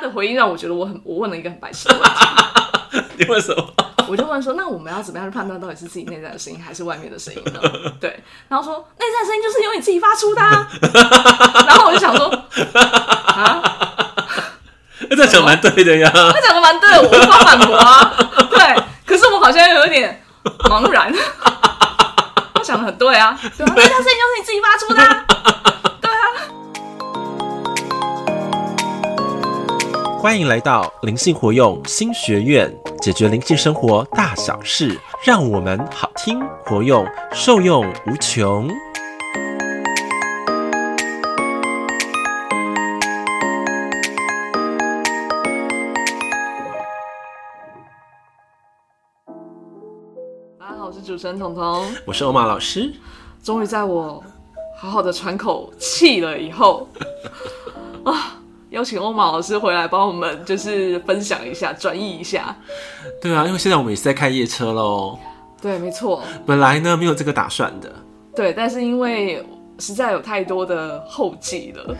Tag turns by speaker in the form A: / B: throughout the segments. A: 的回应让我觉得我很我问了一个很白痴的问题，
B: 你为什么？哎
A: 我就问说，那我们要怎么样去判断到底是自己内在的声音还是外面的声音呢？对，然后说内在的声音就是由你自己发出的、啊， 然后我就想说 啊，
B: 这样讲蛮对的呀。
A: 他讲的蛮对的，我无法反驳啊。对，可是我好像有一点茫然。 他讲的很对啊，对啊，那条声音就是你自己发出的、啊。对啊，
B: 欢迎来到灵性活用新学院，解决灵性生活大小事，让我们好听活用，受用无穷。
A: 大家好，我是主持人彤彤。
B: 我是欧玛老师，
A: 终于在我好好的喘口气了以后， 啊，邀请欧马老师回来帮我们就是分享一下，转译一下。
B: 对啊，因为现在我们也是在开夜车喽。
A: 对，没错，
B: 本来呢没有这个打算的，
A: 对，但是因为实在有太多的后记了，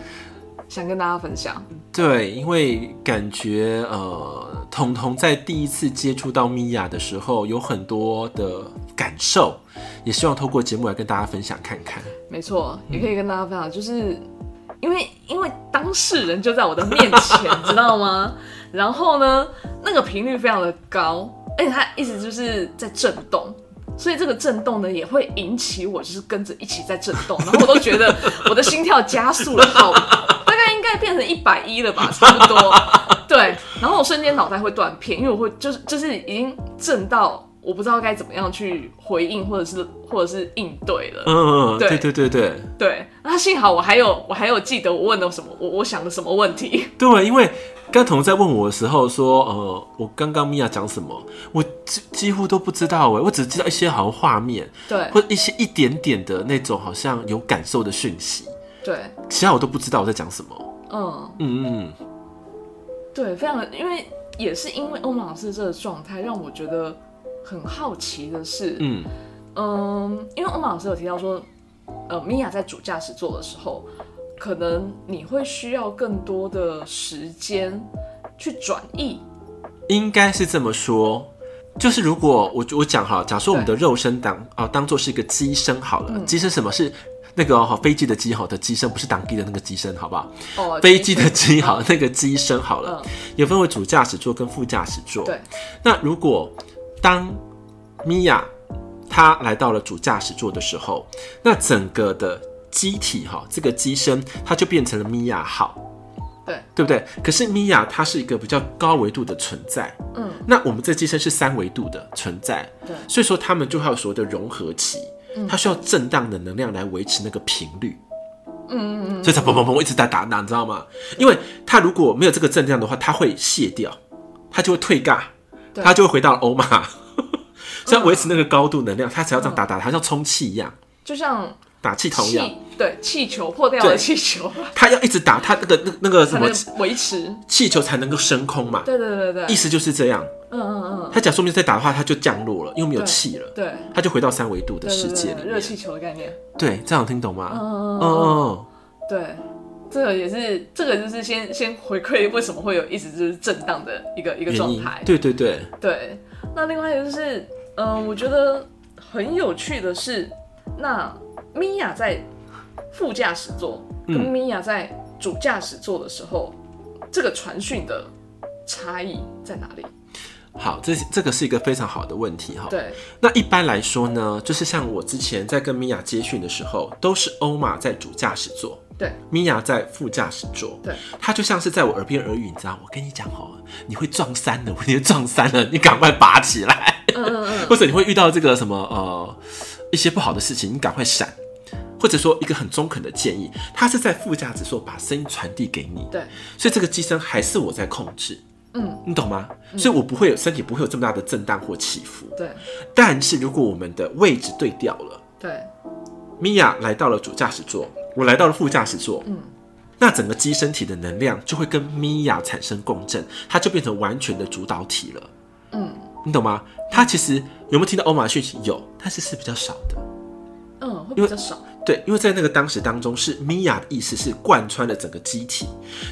A: 想跟大家分享。
B: 对，因为感觉呃，彤彤在第一次接触到米娅的时候，有很多的感受，也希望透过节目来跟大家分享看看。
A: 没错，也可以跟大家分享，就是因为因为当事人就在我的面前，知道吗？然后呢，那个频率非常的高，而且它一直就是在震动。所以这个震动呢，也会引起我就是跟着一起在震动，然后我都觉得我的心跳加速了好，大概应该变成一百一了吧，差不多。对，然后我瞬间脑袋会断片，因为我会就是就是已经震到我不知道该怎么样去回应或者是或者是应对了。
B: 嗯，
A: 对
B: 对对对对
A: 对，那幸好我还有我还有记得我问的什么，我我想的什么问题。
B: 对，啊因为刚彤在问我的时候说，呃，我刚刚米娅讲什么，我几几乎都不知道哎，我只知道一些好像画面，
A: 对
B: 或者一些一点点的那种好像有感受的讯息，
A: 对，
B: 其他我都不知道我在讲什么。
A: 嗯，
B: 嗯嗯嗯，
A: 对，非常的，因为也是因为欧盟老师这个状态，让我觉得很好奇的是，
B: 嗯，
A: 嗯，因为欧玛老师有提到说，呃，米娅在主驾驶座的时候，可能你会需要更多的时间去转译。
B: 应该是这么说。就是如果我我讲好了，假设我们的肉身当哦、当做是一个机身好了，机身什么是那个哦飞机的机好的机身，不是当地的那个机身，好不好？
A: 哦，
B: 飞机的机好，那个机身好了，
A: 嗯，
B: 也分为主驾驶座跟副驾驶座。
A: 对，
B: 那如果当米娅她来到了主驾驶座的时候，那整个的机体哈，这个机身它就变成了米娅号，
A: 对，
B: 对不对？可是米娅它是一个比较高维度的存在，
A: 嗯，
B: 那我们这机身是三维度的存在，
A: 对
B: 所以说他们就还有所谓的融合期。它需要震荡的能量来维持那个频率，
A: 嗯嗯嗯，
B: 所以才砰砰砰一直在打打，你知道吗？因为它如果没有这个震量的话，它会卸掉，它就会退尬，
A: 对
B: 它就会回到 欧玛，所以要维持那个高度能量，它才要这样打打，它像充气一样，
A: 就像
B: 打气筒一样，
A: 嗯气对气球破掉的
B: 对
A: 气 球
B: 它要一直打，它那个那那个什
A: 才
B: 么
A: 能维持。
B: 气球才能够升空嘛，
A: 对对对对，
B: 意
A: 对
B: 思就是这样。
A: 嗯嗯嗯
B: 它假说明再打的话，它就降落了，因为没有
A: 对
B: 气了
A: 嗯，。对。
B: 它就回到三维度的
A: 对
B: 世
A: 对
B: 界
A: 对
B: 里
A: 对，
B: 面
A: 热。气球的概念，
B: 对，这样有听懂
A: 嗯
B: 吗？
A: 嗯
B: 嗯
A: 嗯嗯，
B: 嗯，
A: 对，这个也是，这个就是先先回馈为什么会有一直就是震荡的一个一个
B: 原
A: 状
B: 因
A: 态，，
B: 对对对，
A: 对，那另外一个就是，呃，我觉得很有趣的是，那米娅在副驾驶座跟
B: 嗯
A: 米娅在主驾驶座的时候，这个传讯的差异在哪里？
B: 哦好，这这个是一个非常好的问题哈。
A: 对，
B: 那一般来说呢，就是像我之前在跟米娅接训的时候，都是欧玛在主驾驶座，
A: 对，
B: 米娅在副驾驶座，
A: 对，
B: 她就像是在我耳边耳语，你知道，我跟你讲哦，你会撞衫的，我你会撞衫了，你赶快拔起来，
A: 嗯嗯嗯，
B: 或者你会遇到这个什么呃一些不好的事情，你赶快闪，或者说一个很中肯的建议，她是在副驾驶座把声音传递给你，
A: 对，
B: 所以这个机身还是我在控制，
A: 嗯，
B: 你懂吗？所以我不会有身体不会有这么大的震荡或起伏，
A: 对，
B: 但是如果我们的位置对调了。
A: 对，
B: 米娅来到了主驾驶座，我来到了副驾驶座，
A: 嗯，
B: 那整个机身体的能量就会跟米娅产生共振，它就变成完全的主导体了，
A: 嗯
B: 你懂吗？它其实有没有听到欧玛讯息？有，但是是比较少的。
A: 嗯，会
B: 因
A: 比
B: 为
A: 较少，
B: 对，因为在那个当时当中，是米娅的意识是贯穿了整个机体，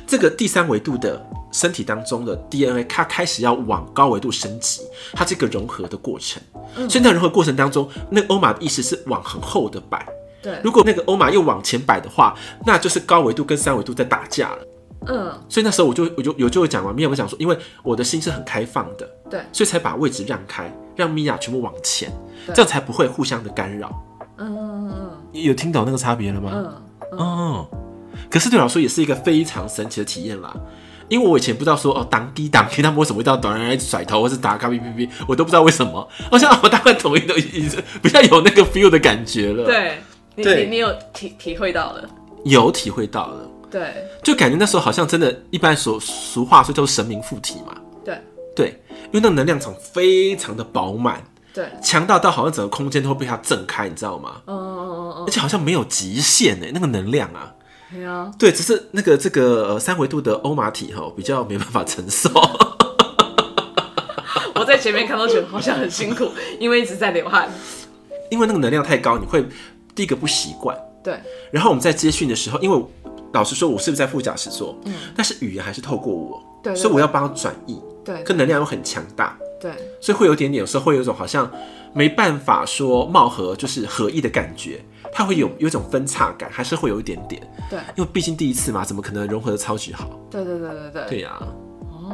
B: 这个第三维度的身体当中的 DNA，它开始要往高维度升级，它这个融合的过程。
A: 嗯
B: 所以在融合过程当中，那个欧玛的意识是往很厚的摆。
A: 对，
B: 如果那个欧玛又往前摆的话，那就是高维度跟三维度在打架了。
A: 嗯，
B: 所以那时候我就我就有就会讲嘛，米娅会讲说，因为我的心是很开放的，
A: 对，
B: 所以才把位置让开，让米娅全部往前，这
A: 对
B: 样才不会互相的干扰。
A: 嗯嗯嗯
B: 你有听懂那个差别了吗？
A: 嗯嗯
B: 哦，可是对我来说也是一个非常神奇的体验啦。因为我以前不知道说哦，当滴当滴，他们为什么会到短人来甩头，或是打咖哔哔哔，我都不知道为什么。好像我大概同意都已经比较有那个 feel 的感觉了，，
A: 对，啊你
B: 对
A: 你你有体体会到了，
B: 有体会到了，
A: 对
B: 就感觉那时候好像真的，一般所俗话说叫神明附体嘛，
A: 对
B: 对，因为那能量场非常的饱满，
A: 对，
B: 强大到好像整个空间都会被它震开，你知道吗？
A: 嗯嗯嗯
B: 而且好像没有极限哎，那个能量啊，
A: 嗯，对啊，
B: 对，只是那个这个呃三维度的欧马体哈，比较没办法承受。
A: 我在前面看到觉得好像很辛苦， 因为一直在流汗，
B: 因为那个能量太高，你会第一个不习惯。
A: 对
B: 然后我们在接训的时候，因为老实说，我是不是在副驾驶座？嗯，但是语言还是透过我，
A: 对对
B: 所以我要帮他转译，
A: 对
B: 可能量又很强大，
A: 对
B: 所以会有点点，有时候会有一种好像没办法说貌合，就是合意的感觉，它会有有一种分叉感，还是会有一点点，
A: 对
B: 因为毕竟第一次嘛，怎么可能融合的超级好？
A: 对对对对对，
B: 对呀、啊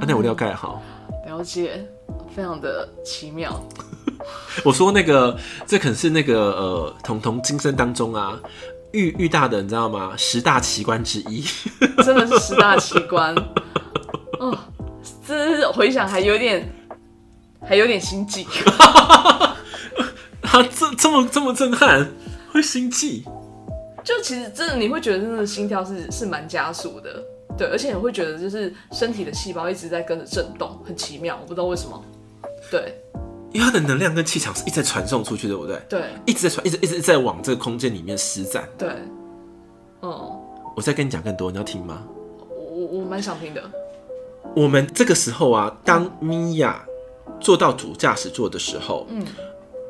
B: 那我了解好。
A: 了解，非常的奇妙，
B: 我说那个，这可能是那个呃，彤彤今生当中啊，遇遇大的，你知道吗？十大奇观之一。
A: 真的是十大奇观。哦，这是回想还有点，还有点心悸。
B: 啊，这这么这么震撼，会心悸。
A: 就其实真的你会觉得真的心跳是是蛮加速的，对，而且你会觉得就是身体的细胞一直在跟着震动，很奇妙，我不知道为什么。对
B: 因为它的能量跟气场是一直在传送出去，对不对？
A: 对
B: 一直在传，一直一直在往这个空间里面施展。
A: 对，嗯，
B: 我再跟你讲更多，你要听吗？
A: 我我我蛮想听的。
B: 我们这个时候啊，当米娅坐到主驾驶座的时候，
A: 嗯，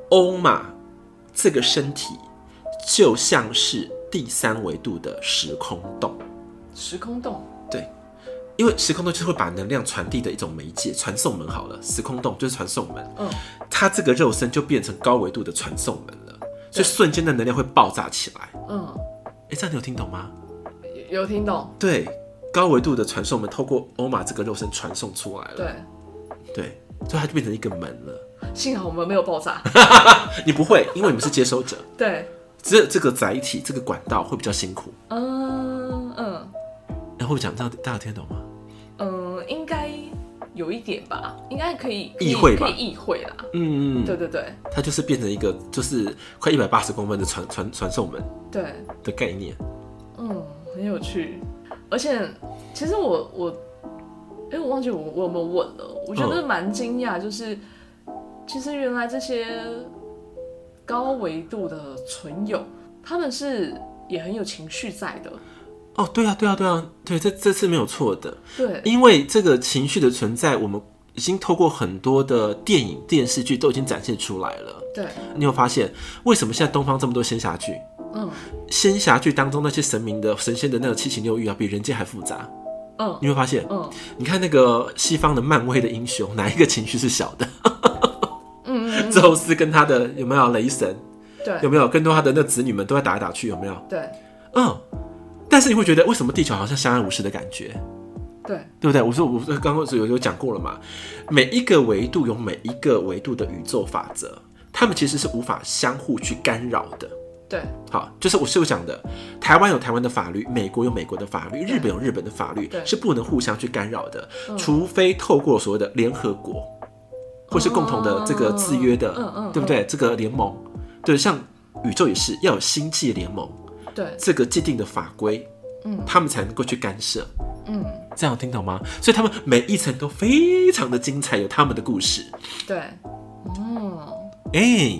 B: 欧玛这个身体就像是第三维度的时空洞。
A: 时空洞，
B: 对，因为时空洞就是会把能量传递的一种媒介，传送门好了，时空洞就是传送门，
A: 嗯，
B: 它这个肉身就变成高维度的传送门了，所以瞬间的能量会爆炸起来。
A: 嗯，
B: 哎、这样你有听懂吗？
A: 有有听懂？
B: 对，高维度的传送门透过欧玛这个肉身传送出来了，
A: 对，
B: 对，所以它就变成一个门了。
A: 幸好我们没有爆炸。
B: 你不会，因为你们是接收者，
A: 对，
B: 只有这个载体、这个管道会比较辛苦。哎
A: 嗯嗯
B: 然后讲这样，大家有听懂吗？
A: 嗯，应该有一点吧，应该可以可以
B: 意会吧
A: 可以意会啦。
B: 嗯，
A: 对对对
B: 它就是变成一个就是快一百八十公分的传传传送门
A: 对。
B: 的概念。
A: 嗯，很有趣。而且其实我我，哎、我忘记我我有没有问了，我觉得蛮惊讶，就是、其实原来这些高维度的存有，他们是也很有情绪在的，
B: 哦，对啊，对啊，对啊，对，这这次没有错的，
A: 对
B: 因为这个情绪的存在，我们已经透过很多的电影、电视剧都已经展现出来了。
A: 对，
B: 你有发现为什么现在东方这么多仙侠剧？
A: 嗯
B: 仙侠剧当中那些神明的神仙的那个七情六欲啊，比人间还复杂。
A: 嗯
B: 你会发现，
A: 嗯
B: 你看那个西方的漫威的英雄，哪一个情绪是小的？
A: 嗯，嗯
B: 宙斯跟他的有没有雷神？有
A: 对
B: 没有更多他的那子女们都在打来打去？有没有？
A: 对
B: 嗯，但是你会觉得为什么地球好像相安无事的感觉？
A: 对
B: 对不对？我说我刚刚有有讲过了嘛，每一个维度有每一个维度的宇宙法则，他们其实是无法相互去干扰的。
A: 对
B: 好，就是我是有讲的，台湾有台湾的法律，美国有美国的法律，日本有日本的法律
A: 对，嗯
B: 是不能互相去干扰的，除非透过所谓的联合国，或是共同的这个制约的，
A: 嗯嗯嗯
B: 对不对？这个联盟，对，像宇宙也是要有星际联盟
A: 对，
B: 这个既定的法规，
A: 嗯
B: 他们才能够去干涉。
A: 嗯
B: 这样有听懂吗？所以他们每一层都非常的精彩，有他们的故事。
A: 对，嗯
B: 哎、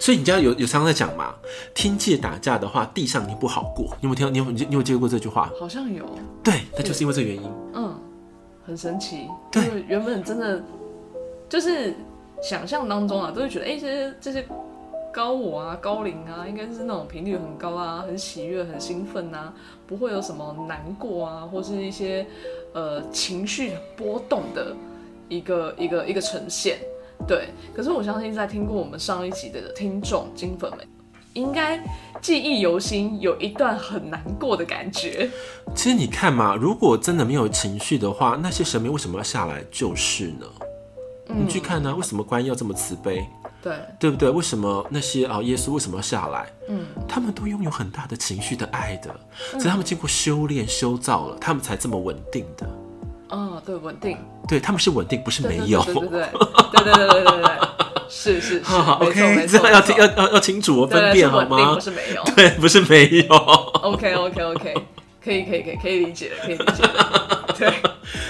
B: 所以你知道有有常常在讲嘛，天界打架的话，地上你不好过。你有没有听到？你有你有你有接过这句话？
A: 好像有，
B: 对，那就是因为这个原因。
A: 嗯，很神奇。
B: 对
A: 就是原本真的就是想象当中啊，都会觉得哎、这些这些高我啊、高龄啊，应该是那种频率很高啊、很喜悦、很兴奋啊，不会有什么难过啊，或是一些呃情绪波动的一个一个一个呈现。对，可是我相信在听过我们上一集的听众金粉们，应该记忆犹新，有一段很难过的感觉。
B: 其实你看嘛，如果真的没有情绪的话，那些神明为什么要下来救世呢？你去看呢、为什么观音要这么慈悲，
A: 对，
B: 对不对？为什么那些啊耶稣为什么要下来？
A: 嗯，
B: 他们都拥有很大的情绪的爱的，只是他们经过修炼修造了，他们才这么稳定的。
A: 啊、对，稳定，
B: 对，他们是稳定，不是
A: 对
B: 没
A: 对
B: 有。
A: 对对对对对对对对对，是是是，
B: 好
A: 没错没
B: OK，这
A: 错，
B: 样要听
A: 没错
B: 要要要清楚哦，
A: 对
B: 分辨
A: 是
B: 好
A: 稳定
B: 吗
A: 不？是没有。
B: 对，不是没有，
A: OK OK OK，可以可以可以可以理解了，可以理解了。对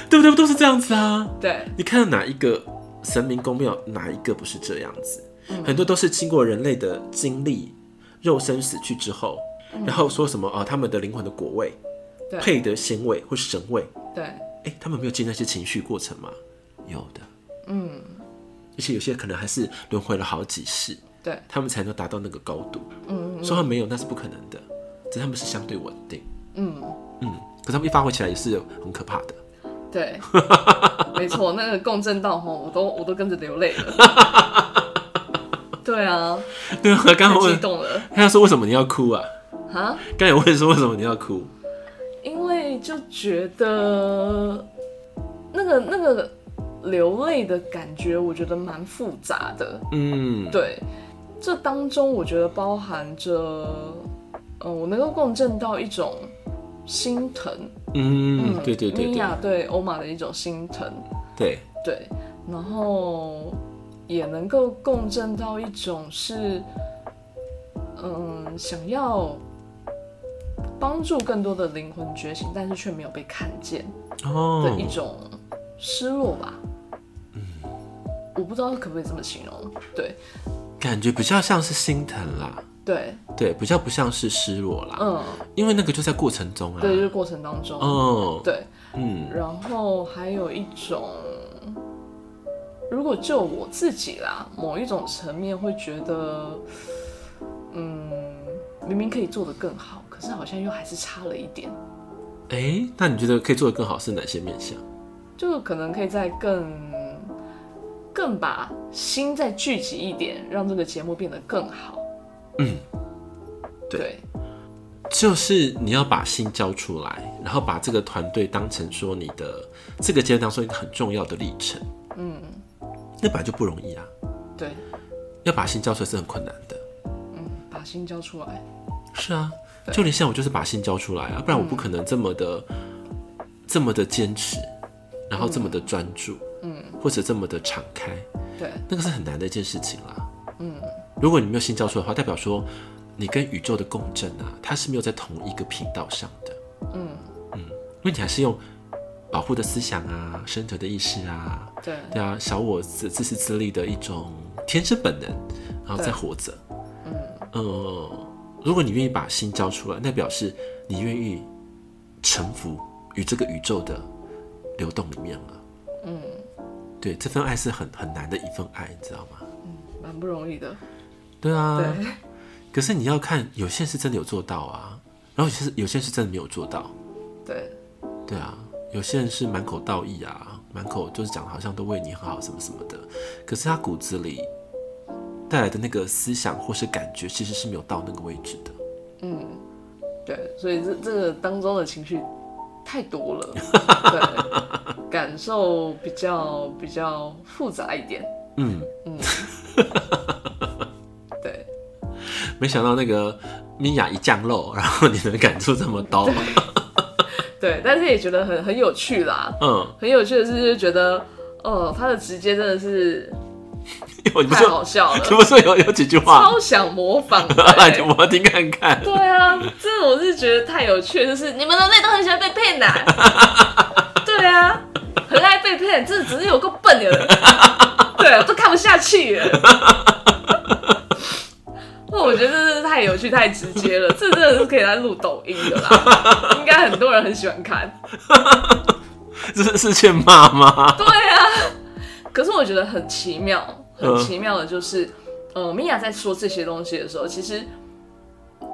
B: 对不对？都是这样子啊。
A: 对，
B: 你看哪一个神明宫庙，哪一个不是这样子？很多都是经过人类的经历，肉身死去之后，然后说什么啊，他们的灵魂的果位
A: 对，
B: 配得仙位或神位，
A: 对，
B: 哎，他们没有经历那些情绪过程吗？有的，嗯，而且有些可能还是轮回了好几世，
A: 对，
B: 他们才能达到那个高度。嗯，说他们没有那是不可能的，只是他们是相对稳定。嗯嗯，可他们一发挥起来也是很可怕的。
A: 对，没错，那个共振到吼，我都我都跟着流泪了。对啊，
B: 对啊，刚刚
A: 太激
B: 问
A: 动了
B: 他说为什么你要哭啊？
A: 啊！
B: 刚有问说为什么你要哭？
A: 因为就觉得那个那个流泪的感觉，我觉得蛮复杂的。
B: 嗯，
A: 对，这当中我觉得包含着，呃，我能够共振到一种心疼，
B: 嗯，对对对
A: 米
B: 对
A: 娅对欧玛的一种心疼，
B: 对，
A: 对，然后也能够共振到一种是，嗯，想要帮助更多的灵魂觉醒，但是却没有被看见的
B: 哦
A: 一，种失落吧。
B: 嗯
A: 我不知道可不可以这么形容，对
B: 感觉比较像是心疼啦，
A: 对，
B: 对，比较不像是失落啦，
A: 嗯，
B: 因为那个就在过程中啊。
A: 对，就是过程当中，
B: 哦，
A: 对，
B: 嗯，
A: 然后还有一种，如果就我自己啦，某一种层面会觉得，嗯，明明可以做得更好，可是好像又还是差了一点，
B: 哎、那你觉得可以做得更好是哪些面向？
A: 就可能可以再更更把心再聚集一点，让这个节目变得更好。
B: 嗯，对
A: 对
B: 就是你要把心交出来，然后把这个团队当成说你的这个阶段当中一个很重要的历程。
A: 嗯，
B: 那本来就不容易啊，
A: 对，
B: 要把心交出来是很困难的。
A: 嗯，把心交出来，
B: 是啊，
A: 对嗯
B: 就连像我就是把心交出来啊，不然我不可能这么的、这么的坚持，然后这么的专注，
A: 嗯，
B: 或者这么的敞开，
A: 对，
B: 那个是很难的一件事情啦。
A: 嗯，
B: 如果你没有心交出来的话，代表说你跟宇宙的共振啊，它是没有在同一个频道上的，
A: 嗯，
B: 因为你还是用保护的思想啊、生存的意识啊，
A: 对，
B: 对啊，小我自自私自利的一种天生本能，然后
A: 对
B: 再活着。嗯，呃，如果你愿意把心交出来，那表示你愿意臣服于这个宇宙的流动里面了。嗯，对，这份爱是很很难的一份爱，你知道吗？
A: 蛮不容易的，
B: 对啊，
A: 对，
B: 可是你要看，有些人是真的有做到啊，然后有些是有些人是真的没有做到。
A: 对。
B: 对啊，有些人是满口道义啊，满口就是讲好像都为你好什么什么的，可是他骨子里带来的那个思想或是感觉，其实是没有到那个位置的。
A: 对，所以这这个当中的情绪太多 了，对，感受比较比较复杂一点，
B: 嗯，
A: 对，
B: 没想到那个米娅一降落，然后你能感触这么多。
A: 对，但是也觉得很很有趣啦，
B: 嗯，
A: 很有趣的是就是觉得，哦，他的直接真的是
B: 因为你不是
A: 太好笑
B: 你
A: 了，
B: 不是有有几句话，
A: 超想模仿 的
B: 来
A: 欸、
B: 我要听看看。
A: 对啊，这我是觉得太有趣了，就是你们人类都很喜欢被骗的、对啊，很爱被骗，这只是有够笨的人，对，啊我都看不下去了。那我觉得这是太有趣、太直接了，这真的是可以来录抖音的啦，应该很多人很喜欢看。
B: 这是是欠骂吗？嗯
A: 对啊，可是我觉得很奇妙，很奇妙的就是，呃，米娅在说这些东西的时候，其实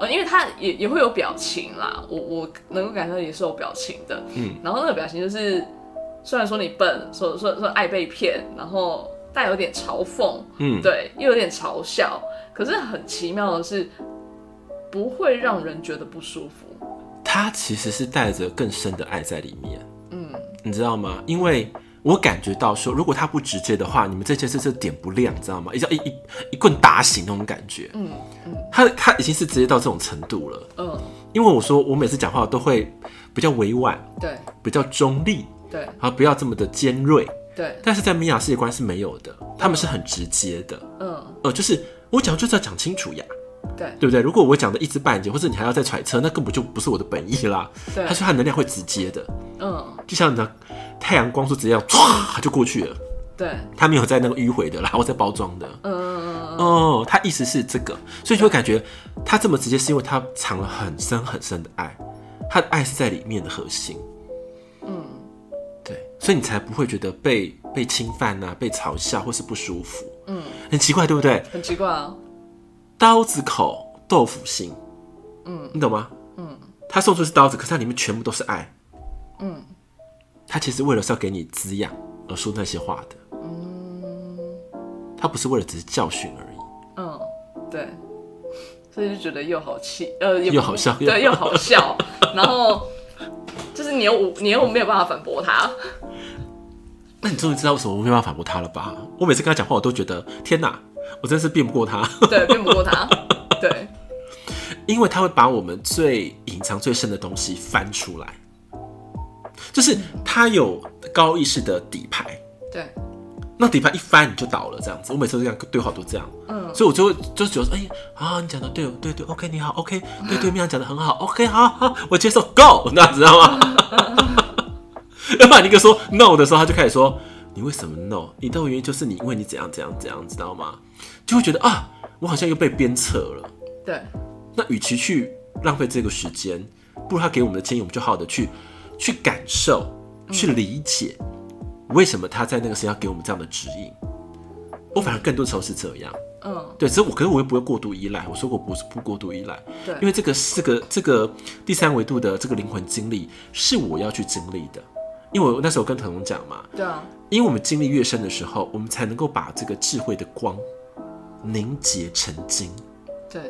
A: 呃，因为她也也会有表情啦，我我能够感受也是有表情的，
B: 嗯，
A: 然后那个表情就是虽然说你笨，说说说爱被骗，然后带有点嘲讽，
B: 嗯，
A: 对，又有点嘲笑，可是很奇妙的是，不会让人觉得不舒服。
B: 他其实是带着更深的爱在里面，
A: 嗯，
B: 你知道吗？因为我感觉到说，如果他不直接的话，你们这件事是点不亮，你知道吗？一叫一一一棍打醒那种感觉。
A: 嗯
B: 他他已经是直接到这种程度了。
A: 嗯，
B: 因为我说我每次讲话都会比较委婉，
A: 对
B: 比较中立，
A: 对
B: 然后不要这么的尖锐。
A: 对，
B: 但是在米娅世界观是没有的，他们是很直接的。
A: 嗯
B: 呃，就是我讲就是要讲清楚呀，
A: 对
B: 对不对？如果我讲的一知半解，或者你还要再揣测，那根本就不是我的本意啦。
A: 对
B: 他，说他能量会直接的，
A: 嗯
B: 就像你的太阳光束直接要唰就过去了，
A: 对，
B: 他没有在那个迂回的啦，我在包装的。
A: 嗯嗯嗯
B: 哦，他意思是这个，所以就会感觉他这么直接，是因为他藏了很深很深的爱，他的爱是在里面的核心。
A: 嗯
B: 对，所以你才不会觉得被被侵犯呐、被嘲笑或是不舒服，
A: 嗯，
B: 很奇怪，对不对？
A: 很奇怪啊，
B: 刀子口豆腐心，
A: 嗯，
B: 你懂吗？
A: 嗯
B: 他送出是刀子，可是它里面全部都是爱，
A: 嗯
B: 他其实为了是要给你滋养而说那些话的，
A: 嗯
B: 他不是为了只是教训而已。
A: 嗯，对，所以就觉得又好气，呃，也不
B: 又好笑
A: 对，
B: 又
A: 又好笑，然后就是你又无你又没有办法反驳他，
B: 那你终于知道为什么我没办法反驳他了吧？我每次跟他讲话，我都觉得天哪，我真是辩不过他，
A: 对，辩不过他，对，
B: 因为他会把我们最隐藏最深的东西翻出来，就是他有高意识的底牌，
A: 对，
B: 那底牌一翻你就倒了，这样子。我每次都这样对话都这样，
A: 嗯
B: 所以我就会就觉得说，哎、啊，你讲的对，对对，OK，你好，OK，对对面讲的很好，OK，好好，我接受，Go，那 知道吗？要不然你跟说 No 的时候，他就开始说你为什么 No？你的原因就是你因为你怎样怎样怎样，知道吗？就会觉得啊，我好像又被鞭策了。
A: 对，
B: 那与其去浪费这个时间，不如他给我们的建议，我们就好好的去去感受、去理解，为什么他在那个时候要给我们这样的指引。我反而更多时候是这样，
A: 嗯
B: 对，只是我可是我又不会过度依赖。我说过不是不过度依赖，
A: 对，
B: 因为这个这个这个第三维度的这个灵魂经历是我要去经历的。因为我那时候跟腾龙讲嘛，
A: 对啊，
B: 因为我们经历越深的时候，我们才能够把这个智慧的光凝结成晶。
A: 对，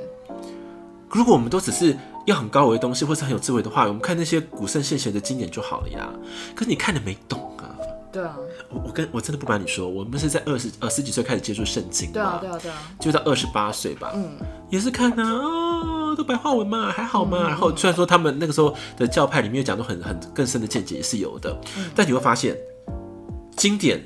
B: 如果我们都只是要很高维的东西，或是很有智慧的话，我们看那些古圣先贤的经典就好了呀。可是你看的没懂啊！
A: 对啊，
B: 我我跟我真的不瞒你说，我们是在二十呃十几岁开始接触圣经嘛，
A: 对啊，对啊，对啊，
B: 就到二十八岁吧，
A: 嗯，
B: 也是看啊，哦，都白话文嘛，还好嘛。然后虽然说他们那个时候的教派里面有讲到很很更深的见解也是有的，
A: 嗯
B: 但你会发现，经典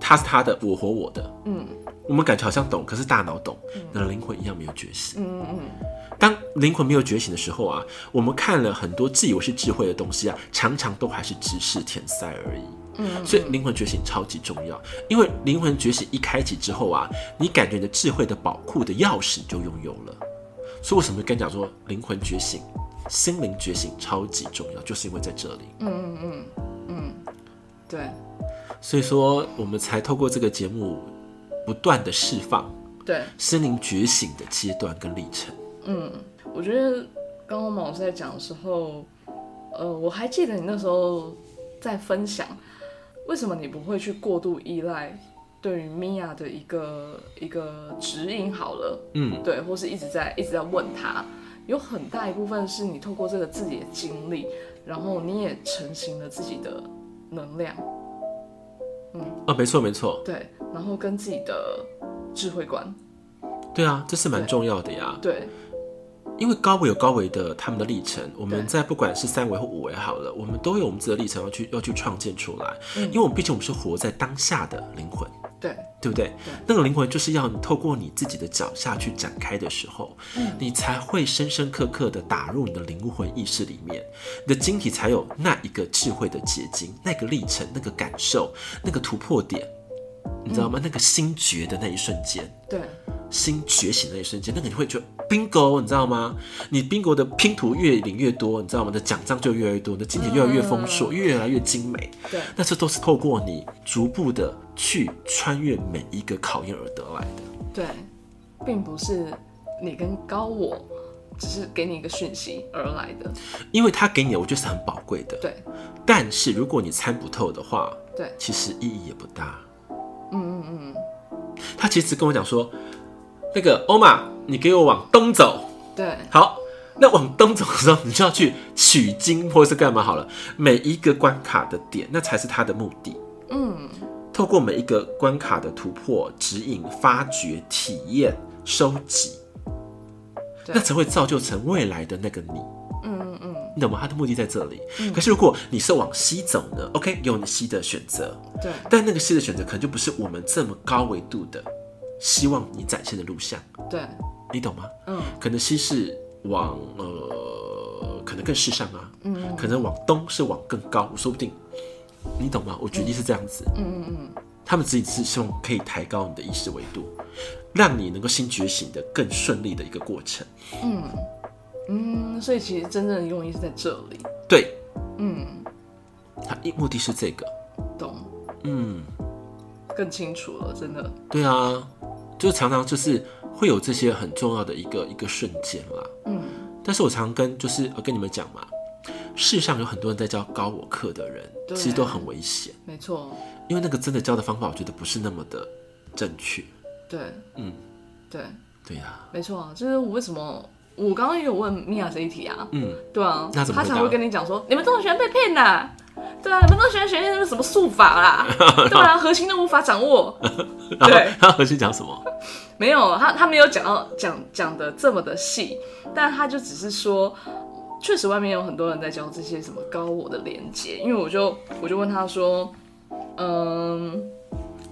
B: 它是他的，我活我的，
A: 嗯，
B: 我们感觉好像懂，可是大脑懂，那灵魂一样没有觉醒。
A: 嗯嗯嗯，
B: 当灵魂没有觉醒的时候啊，我们看了很多自以为是智慧的东西啊，常常都还是只是填塞而已。
A: 嗯，
B: 所以灵魂觉醒超级重要，因为灵魂觉醒一开启之后啊，你感觉你的智慧的宝库的钥匙你就拥有了。所以为什么会跟你讲说灵魂觉醒、心灵觉醒超级重要，就是因为在这里。
A: 对
B: 所以说我们才透过这个节目不断的释放
A: 对，
B: 心灵觉醒的阶段跟历程。
A: 我觉得刚刚老师在讲的时候，呃，我还记得你那时候在分享，为什么你不会去过度依赖对于米娅的一个一个指引好了，
B: 嗯，
A: 对，或是一直在一直在问他，有很大一部分是你透过这个自己的经历，然后你也成型了自己的能量，
B: 啊，没错没错，
A: 对，然后跟自己的智慧观，
B: 对啊，这是蛮
A: 对
B: 重要的呀。
A: 对
B: 因为高维有高维的他们的历程，我们
A: 对
B: 在不管是三维或五维好了，我们都有我们自己的历程要去要去创建出来，
A: 嗯
B: 因为我们毕竟我们是活在当下的灵魂，
A: 对
B: 对不对？那个灵魂就是要你透过你自己的脚下去展开的时候，
A: 嗯
B: 你才会深深刻刻的打入你的灵魂意识里面，你的晶体才有那一个智慧的结晶，那个历程，那个感受，那个突破点，你知
A: 嗯
B: 道吗？那个心觉的那一瞬间。
A: 对
B: 心觉醒的那一瞬间，那个你会觉得 bingo，你知道吗？你 bingo 的拼图越领越多，你知道吗？你的奖章就越来越多，你的金钱越来越丰硕，越来越精美。
A: 对
B: 那这都是透过你逐步的去穿越每一个考验而得来的。
A: 对并不是你跟高我，只是给你一个讯息而来的。
B: 因为他给你的，我觉得是很宝贵的。
A: 对
B: 但是如果你参不透的话，
A: 对，
B: 其实意义也不大。
A: 嗯嗯嗯，
B: 他其实只跟我讲说，那个欧玛，你给我往东走。
A: 对
B: 好，那往东走的时候，你就要去取经或者是干嘛好了。每一个关卡的点，那才是他的目的。
A: 嗯，
B: 透过每一个关卡的突破、指引、发掘、体验、收集，
A: 对
B: 那才会造就成未来的那个你。
A: 嗯嗯嗯，
B: 你懂吗？他的目的在这里。可是如果你是往西走呢？OK，有你西的选择，
A: 对
B: 但那个西的选择可能就不是我们这么高维度的希望你展现的路向，
A: 对，
B: 你懂吗？
A: 嗯
B: 可能西是往呃，可能更世上啊，
A: 嗯
B: 可能往东是往更高，说不定，你懂吗？我举例是这样子，
A: 嗯嗯嗯，
B: 他们自己是希望可以抬高你的意识维度，让你能够新觉醒的更顺利的一个过程。
A: 嗯，所以其实真正的用意是在这里。
B: 对，
A: 嗯，
B: 他一目的是这个，
A: 懂，
B: 嗯。
A: 更清楚了，真的。
B: 对啊，就常常就是会有这些很重要的一个一个瞬间啦。
A: 嗯，
B: 但是我常跟就是呃跟你们讲嘛，世上有很多人在教高我课的人，
A: 对
B: 其实都很危险，
A: 没错，
B: 因为那个真的教的方法，我觉得不是那么的正确。
A: 对，
B: 嗯，
A: 对，
B: 对呀、
A: 没错啊，就是我为什么我刚刚也有问米娅这一题啊，
B: 嗯，
A: 对啊，
B: 那怎么
A: 他
B: 回答
A: 才会跟你讲说，你们都很喜欢被骗呐，对啊，你们都喜欢学那个什么术法啦，对啊，核心都无法掌握，
B: 然后
A: 对
B: 他核心讲什么？
A: 没有，他他没有讲到讲讲的这么的细，但他就只是说，确实外面有很多人在教这些什么高我的连接，因为我就我就问他说，嗯，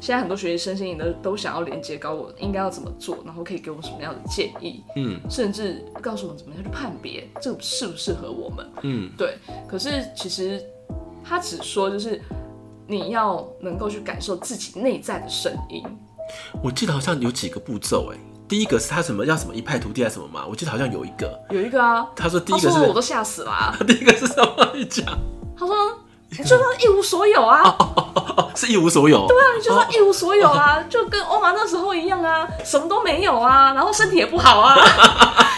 A: 现在很多学习身心灵的都想要连接高我，应该要怎么做，然后可以给我们什么样的建议，
B: 嗯
A: 甚至告诉我们怎么样去判别这个适不适合我们。
B: 嗯，
A: 对，可是其实他只说就是你要能够去感受自己内在的声音，
B: 我记得好像有几个步骤哎、第一个是他什么要什么一派徒弟还是什么嘛？我记得好像有一个，
A: 有一个啊。
B: 他说第
A: 他
B: 一个
A: 说
B: 是
A: 的我都吓死了啊、
B: 第一个是什么？你讲
A: 他 说：“你就算一无所有啊，
B: 哦，是一无所有。对
A: 那你就算一无所有
B: 哦
A: 啊，就跟欧玛那时候一样啊，什么都没有啊，然后身体也不好 啊，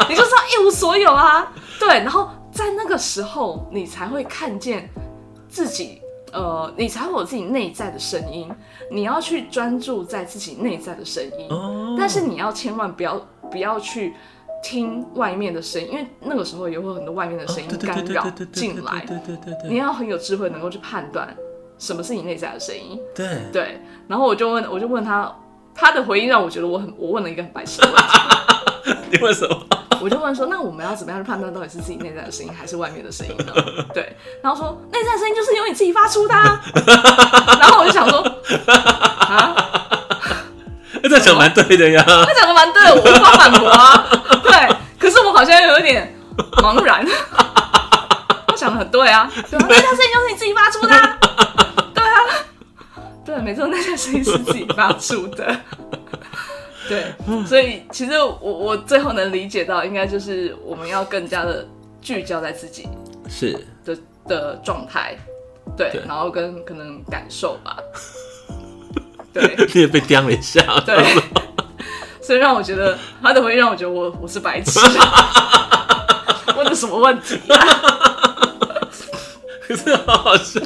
A: 你就算一无所有啊。对，然后在那个时候，你才会看见自己，呃，你才会有自己内在的声音，你要去专注在自己内在的声音，
B: 哦
A: 但是你要千万不要不要去。”听外面的声音，因为那个时候也会有很多外面的声
B: 哦
A: 音干扰进来，
B: 对对对对
A: 你要很有智慧，能够去判断什么是你内在的声音。
B: 对
A: 对，然后我就问，我就问他，他的回应让我觉得我很，我问了一个很白痴的问题，
B: 你为什么？
A: 我就问说，那我们要怎么样去判断到底是自己内在的声音还是外面的声音呢？对，然后说内在的声音就是由你自己发出的、啊， 然后我就想说， 啊，
B: 这讲蛮对的呀。
A: 他讲的蛮对的，我无法反驳啊，对，可是我好像有一点茫然，我想的很对啊，对啊，内在声音就是你自己发出的、啊，对啊，对，没错，内在声音是自己发出的，对，所以其实我我最后能理解到，应该就是我们要更加的聚焦在自己
B: 是，
A: 的的状态，对，
B: 对
A: 然后跟可能感受吧，对。
B: 你也被刁了一下。
A: 对， 所以让我觉得他的回应让我觉得我我是白痴，问的什么问题、啊？
B: 可是好好笑。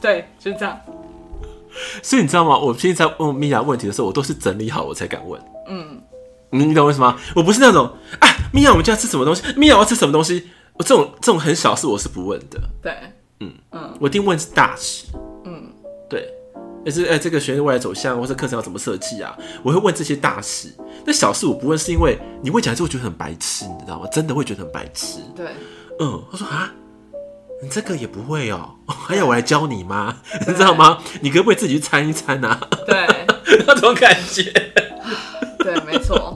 A: 对，就是这样。
B: 所以你知道吗？我平常问米娅问题的时候，我都是整理好我才敢问。
A: 嗯，
B: 你你懂为什么？我不是那种啊，米娅，我们今天要吃什么东西？米娅我要吃什么东西？我这种这种很小事我是不问的，
A: 对，
B: 我一定问是大事。
A: 嗯，
B: 对，也是哎，这个学生未来走向或者课程要怎么设计啊，我会问这些大事。那小事我不问，是因为你问起来之后觉得很白痴，你知道吗？真的会觉得很白痴。
A: 对，
B: 嗯，他说啊，你这个也不会哦， 还要我来教你吗？ 你知道吗？你可不可以自己去参一参啊？
A: 对，
B: 那种感觉。
A: 对，没错。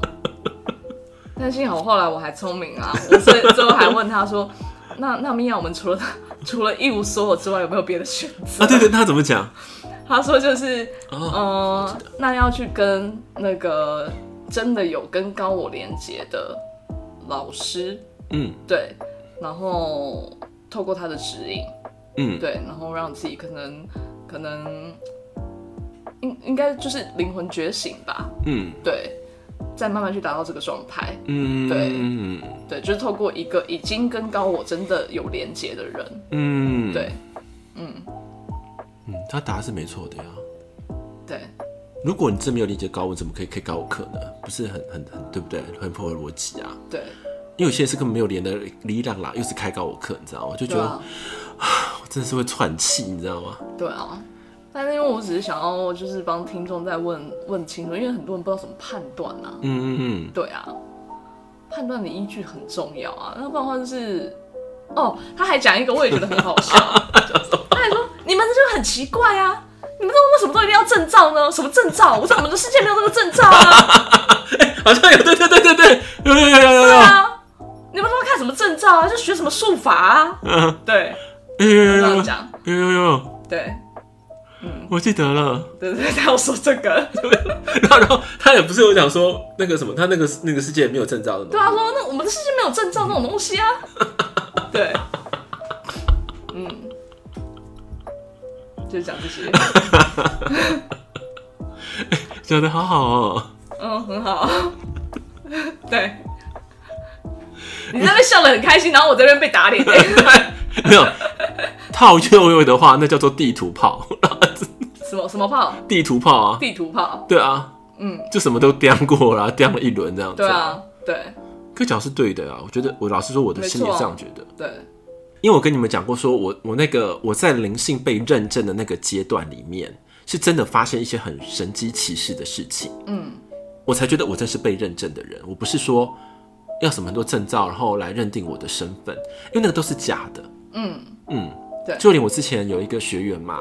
A: 但幸好后来我还聪明啊，我最最后还问他说：“那那米娅，我们除了 除了一无所有之外，有没有别的选择？”
B: 啊，对对，那怎么讲？
A: 他说就是，
B: 哦，
A: 呃，那要去跟那个真的有跟高我连接的老师
B: 嗯
A: 对，然后透过他的指引，
B: 嗯，
A: 对，然后让自己可能可能应应该就是灵魂觉醒吧，
B: 嗯，
A: 对，再慢慢去达到这个状态。
B: 嗯，
A: 对
B: 嗯
A: 对，就是透过一个已经跟高我真的有连接的人，
B: 嗯，
A: 对
B: 嗯，他答案是没错的呀。
A: 对，
B: 如果你真没有理解高，我怎么可以可以高我可呢？不是很很很对不对？很符合逻辑啊。
A: 对，
B: 因为有些人是根本没有连的理朗啦，又是开高我课，你知道吗？就觉
A: 对
B: 得、
A: 啊，
B: 我真的是会喘气，你知道吗？
A: 对啊。但是因为我只是想要就是帮听众再问问清楚，因为很多人不知道怎么判断啊。
B: 嗯嗯嗯，
A: 对啊，判断的依据很重要啊，要不然的话就是，哦，他还讲一个我也觉得很好 笑，他还说你们这就很奇怪啊，你们都为什么都一定要证照呢？什么证照？我说我们的世界没有这个证照啊，
B: 好像有，对对对对对，有有有有 有
A: 对
B: 有，
A: 啊，你们都在看什么证照啊？就学什么术法啊？
B: 嗯，
A: 对，
B: 有有有
A: 这
B: 有
A: 样
B: 有
A: 讲，
B: 有有有，
A: 对
B: 我记得了。
A: 对对，对他要说这个，
B: 然后然后他也不是有讲说那个什么，他那个那个世界没有证照的吗？
A: 对啊，说那我们的世界没有证照这种东西啊，对，嗯，就是讲这些。
B: 讲的好好哦。
A: 嗯，很好。 对，你在那边笑得很开心，然后我这边被打脸、
B: 没有套右右的话，那叫做地图炮，
A: 什么什么炮？
B: 地图炮啊，
A: 地图炮？
B: 对啊，
A: 嗯，
B: 就什么都掂过啦，掂了一轮这样子。
A: 对，啊，对
B: 柯角是对的啊，我觉得我老实说，我的心理上觉得，
A: 对
B: 因为我跟你们讲过说我我那个我在灵性被认证的那个阶段里面，是真的发生一些很神机骑士的事情，
A: 嗯，
B: 我才觉得我真是被认证的人，我不是说要什么很多证照，然后来认定我的身份，因为那个都是假的，
A: 嗯
B: 嗯，
A: 对
B: 就连我之前有一个学员嘛，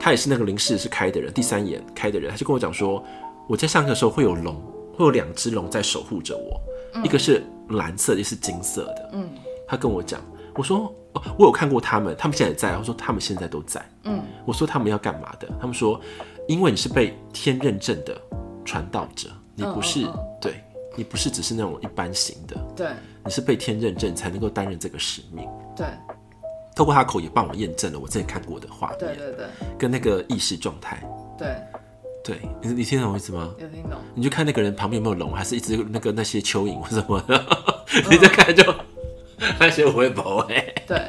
B: 他也是那个林氏是开的人，第三眼开的人，他就跟我讲说，我在上课的时候会有龙，会有两只龙在守护着我，一个是蓝色的，一个是金色的。
A: 嗯
B: 他跟我讲，我说哦，我有看过他们，他们现在也在啊。我说他们现在都在。
A: 嗯
B: 我说他们要干嘛的？他们说，因为你是被天认证的传道者，你不是、
A: 嗯嗯
B: 对你不是只是那种一般型的，
A: 对
B: 你是被天认证才能够担任这个使命。
A: 对
B: 透过他口也帮我验证了我之前看过的画面。
A: 对对对
B: 跟那个意识状态。
A: 对，
B: 对，你你听懂我意思吗？
A: 有听懂？
B: 你就看那个人旁边有没有龙，还是一只那个那些蚯蚓或什么 的，
A: 嗯
B: 你就看就 那些我会跑哎。
A: 对，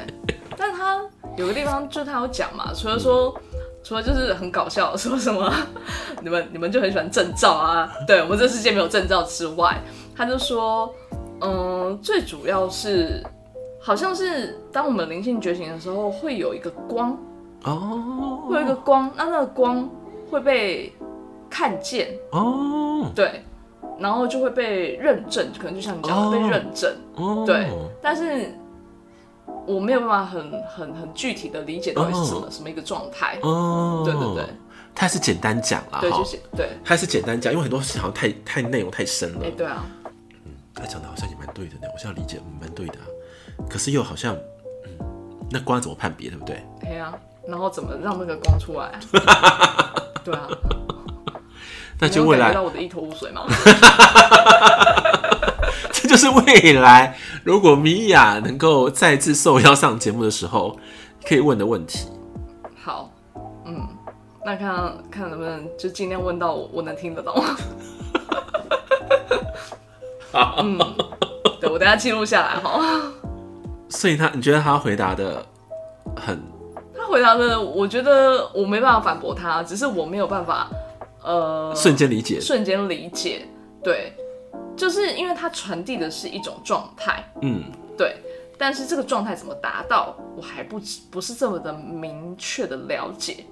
A: 但他有个地方就是他有讲嘛，除了说。除了就是很搞笑，说什么你们你们就很喜欢证照啊，对我们这世界没有证照之外，他就说，嗯，最主要是好像是当我们灵性觉醒的时候，会有一个光，会有一
B: 哦
A: 个光，那那个光会被看见，
B: 哦
A: 对，然后就会被认证，可能就像你讲的、
B: 哦
A: 被认证，
B: 哦，
A: 对，但是我没有办法很很很具体的理解到底是什么、
B: 哦
A: 什么一个状态，
B: 哦，
A: 对对对，
B: 他还是简单讲啦，
A: 对，
B: 哈
A: 就是对，
B: 他还是简单讲，因为很多事情好像太太内容太深了
A: 哎、。对啊，
B: 他讲的好像也蛮对的呢，我现在理解嗯蛮对的啊，可是又好像嗯，那光怎么判别对不对？
A: 哎呀、然后怎么让那个光出 来？对啊，
B: 那
A: 你
B: 就
A: 有
B: 未
A: 感
B: 来
A: 觉到我的一头雾水吗？
B: 这就是未来，如果米娅能够再次受邀上节目的时候，可以问的问题。
A: 好，嗯，那看看能不能就尽量问到我我能听得懂。 嗯，对我等一下记录下来哈。
B: 所以他，你觉得他回答的很
A: 他回答的，我觉得我没办法反驳他，只是我没有办法，呃，
B: 瞬间理解？
A: 瞬间理解，对，就是因为它传递的是一种状态，
B: 嗯
A: 对，但是这个状态怎么达到，我还不知不是这么的明确的了解，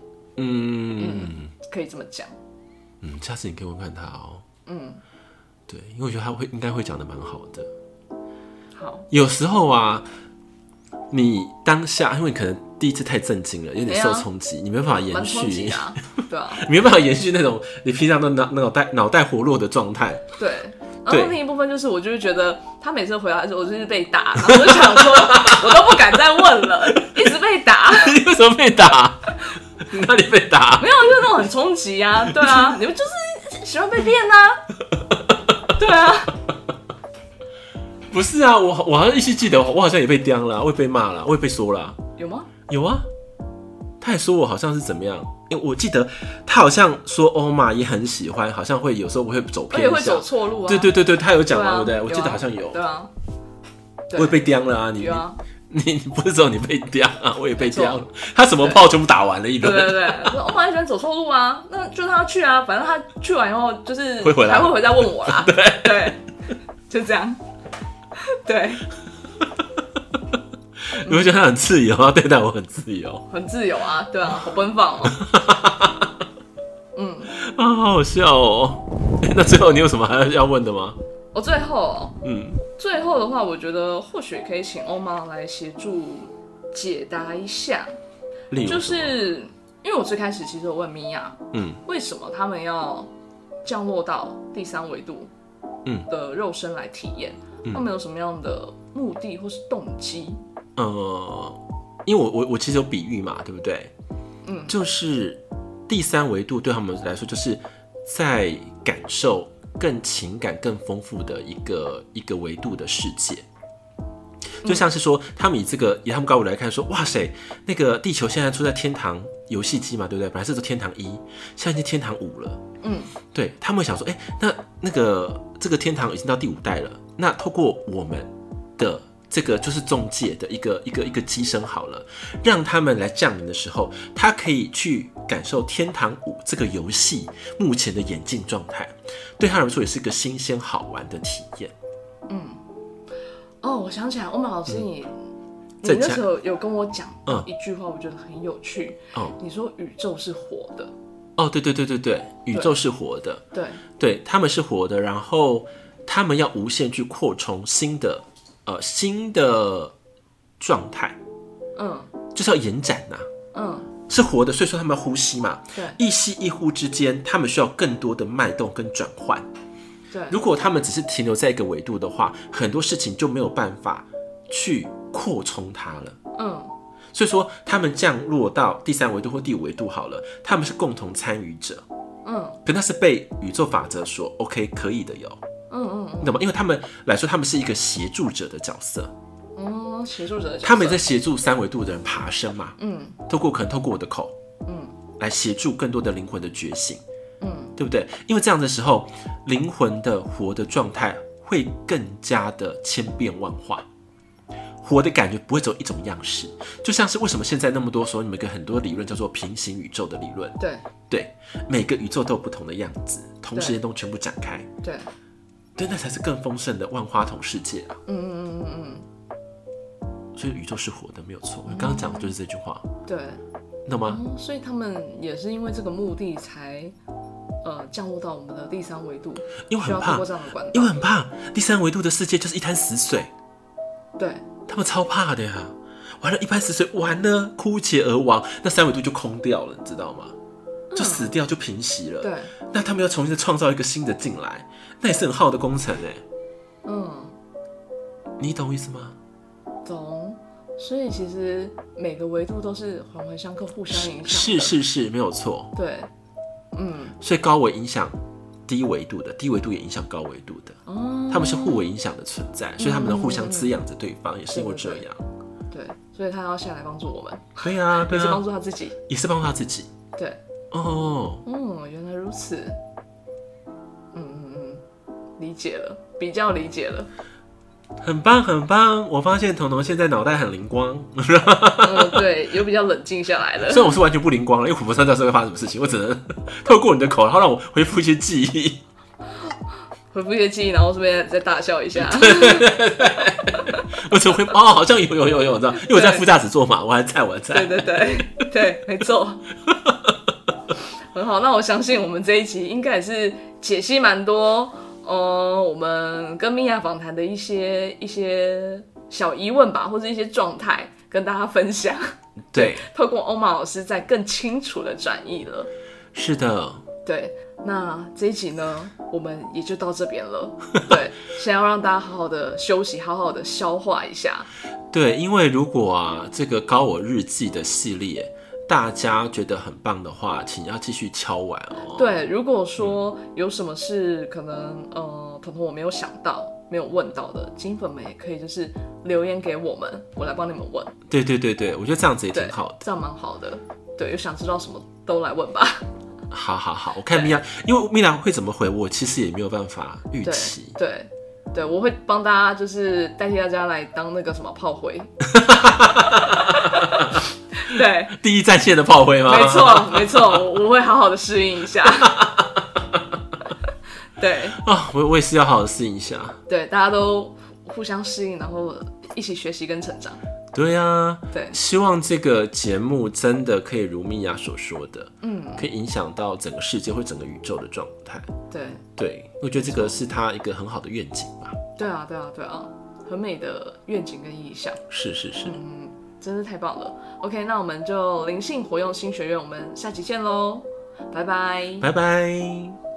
B: 嗯
A: 可以这么讲，
B: 嗯，下次你可以问看他哦。
A: 嗯，
B: 对，因为我觉得他会应该会讲的蛮好的。
A: 好，
B: 有时候啊，你当下因为你可能第一次太震惊了，有点受
A: 对啊
B: 冲击，你没办法延
A: 蛮冲击
B: 续
A: 的，啊，对啊，
B: 你没办法延续那种你平常的脑脑袋脑袋活络的状态。
A: 对。然
B: 对
A: 后另一部分就是，我就是觉得他每次回答的时候，我就是被打，然后我就想说，我都不敢再问了，一直被打，
B: 你为什么被打？ 你哪里被打？
A: 没有，就是那种很冲击啊，对啊，你们就是喜欢被骗呐、对啊，
B: 不是啊，我好我好像依稀记得，我好像也被刁了，我也被骂了，我也被说了。
A: 有吗？
B: 有啊，他也说我好像是怎么样，因为我记得他好像说欧玛也很喜欢，好像会有时候我会走
A: 我
B: 偏
A: 也会
B: 向
A: 走。错路啊。
B: 对对对对，他有讲
A: 对啊
B: 嘛，对不对？我记
A: 有啊
B: 得好像有，
A: 对啊，
B: 我也被刁了啊！你
A: 有啊，
B: 你你不是只有你被刁啊，我也被刁
A: 没
B: 了。他什么炮全部打完了一
A: 对
B: 轮，
A: 对对，我哦蛮喜欢走错路啊，那就让他去啊，反正他去完以后就是
B: 会回来
A: 还会回来问我 啦。对对，就这样。 对，
B: 你会觉得他很自由啊，对待我很自由
A: 很自由啊，对啊，好奔放哦。
B: 啊，好好笑哦。 那最后你有什么还要问的吗？
A: 我最后哦
B: 嗯，
A: 最后的话，我觉得或许可以请欧妈来协助解答一下，
B: 例如
A: 就是因为我最开始其实我问米娅，
B: 嗯，
A: 为什么他们要降落到第三维度，
B: 嗯
A: 的肉身来体验，他们有什么样的目的或是动机？
B: 呃，因为我我我其实有比喻嘛，对不对？
A: 嗯
B: 就是第三维度对他们来说，就是在感受更情感更丰富的一个一个维度的世界。
A: 嗯
B: 就像是说，他们以这个以他们高我来看说，哇塞，那个地球现在处在天堂游戏机嘛，对不对？本来是天堂一，现在已经天堂五了。
A: 嗯，
B: 对他们会想说，哎、那那个这个天堂已经到第五代了，那透过我们的这个就是中介的一个一个一个机身好了，让他们来降临的时候，他可以去感受天堂五这个游戏目前的演进状态，对他来说也是一个新鲜好玩的体验。
A: 哦，我想起来，欧曼老师你，你
B: 嗯在
A: 那
B: 讲
A: 时候有跟我讲
B: 嗯
A: 一句话，我觉得很有趣。
B: 哦
A: 你说宇宙是活的，
B: 哦，对对对对对，宇宙是活的，
A: 对，
B: 对，他们是活的，然后他们要无限去扩充新的呃新的状态，
A: 嗯
B: 就是要延展呐、
A: 嗯，
B: 是活的，所以说他们要呼吸嘛，
A: 对
B: 一吸一呼之间，他们需要更多的脉动跟转换。
A: 对，
B: 如果他们只是停留在一个维度的话，很多事情就没有办法去扩充它了。
A: 嗯
B: 所以说，他们降落到第三维度或第五维度好了，他们是共同参与者，
A: 嗯
B: 可那是被宇宙法则所 OK 可以的哟。
A: 嗯嗯
B: 你懂吗？因为他们来说，他们是一个协助者的角色，
A: 嗯，协助者的角色，
B: 他们也在协助三维度的人爬升嘛。
A: 嗯
B: 透过可能透过我的口，
A: 嗯，
B: 来协助更多的灵魂的觉醒，
A: 嗯
B: 对不对？因为这样的时候，灵魂的活的状态会更加的千变万化，活的感觉不会走一种样式。就像是为什么现在那么多说你们有个很多理论叫做平行宇宙的理论，
A: 对
B: 对，每个宇宙都有不同的样子，同时间都全部展开，
A: 对，
B: 对，那才是更丰盛的万花筒世界啊。
A: 嗯嗯嗯嗯
B: 所以宇宙是活的，没有错。我刚刚讲的就是这句话，
A: 嗯，对。
B: 你懂吗？
A: 哦，所以他们也是因为这个目的才，呃，降落到我们的第三维度，
B: 因为
A: 需要
B: 很
A: 通
B: 怕
A: 过，这样的管
B: 因
A: 道。
B: 为很怕第三维度的世界就是一滩死水，
A: 对，
B: 他们超怕的呀、完了，一滩死水，完了，枯竭而亡，那三维度就空掉了，你知道吗？就死掉，就平息了。
A: 嗯对，
B: 那他们要重新创造一个新的进来，那也是很耗的工程哎，
A: 嗯，
B: 你懂我意思吗？
A: 懂。所以其实每个维度都是环环相扣、互相影响的。
B: 是。是是，没有错。
A: 对，嗯，
B: 所以高维影响低维度的，低维度也影响高维度的，
A: 哦，嗯
B: 他们是互为影响的存在，所以他们能互相滋养着对方，也是因为这样。
A: 对，所以他要下来帮助我们，
B: 对啊，对
A: 也是
B: 啊
A: 帮，助他自己。
B: 也是帮助他自己。
A: 对，
B: 哦，
A: 嗯，原来如此。嗯嗯嗯，理解了，比较理解了。
B: 很棒很棒！我发现彤彤现在脑袋很灵光，
A: 嗯，对，有比较冷静下来了
B: 虽。然我是完全不灵光了，因为我不知道这会发生什么事情，我只能 透过你的口，然后让我恢复一些记忆。
A: 回复一些记忆，然后顺便再大笑一下。
B: 我只会哦，好像有有有有，你知道，因为我在副驾驶座嘛，我还在，我还
A: 对
B: 在。
A: 对对对，没错。很好，那我相信我们这一集应该也是解析蛮多，呃，我们跟米娅访谈的一些一些小疑问吧，或者一些状态跟大家分享，
B: 对，
A: 透过欧玛老师在更清楚的转译了。
B: 是的，
A: 对，那这一集呢，我们也就到这边了。对，先要让大家好好的休息，好好的消化一下。
B: 对，因为如果啊，这个高我日记的系列大家觉得很棒的话，请要继续敲完哦。
A: 对，如果说有什么是可能呃，彤彤我没有想到、没有问到的，金粉们也可以就是留言给我们，我来帮你们问，
B: 对对对对，我觉得这样子也
A: 对
B: 挺好的，。
A: 这样蛮好的。对，有想知道什么都来 问吧。
B: 好好好，我看米娅，因为米娅会怎么回我，其实也没有办法预
A: 对
B: 期。
A: 对对，我会帮大家，就是代替大家来当那个什么炮 灰。对，
B: 第一战线的炮灰吗？
A: 没错没错，我我会好好的适应一 下。对
B: 啊，我我也是要好好适应一下。
A: 对，大家都互相适应，然后一起学习跟成长。
B: 对啊，
A: 对
B: 希望这个节目真的可以如米娅所说的，嗯，可以影响到整个世界或整个宇宙的状态。
A: 对
B: 对，我觉得这个是他一个很好的愿景吧。
A: 对啊对啊对啊，很美的愿景跟意向。
B: 是是是，
A: 真是太棒了！OK，那我们就灵性活用新学院，我们下期见喽，拜拜。
B: 拜拜。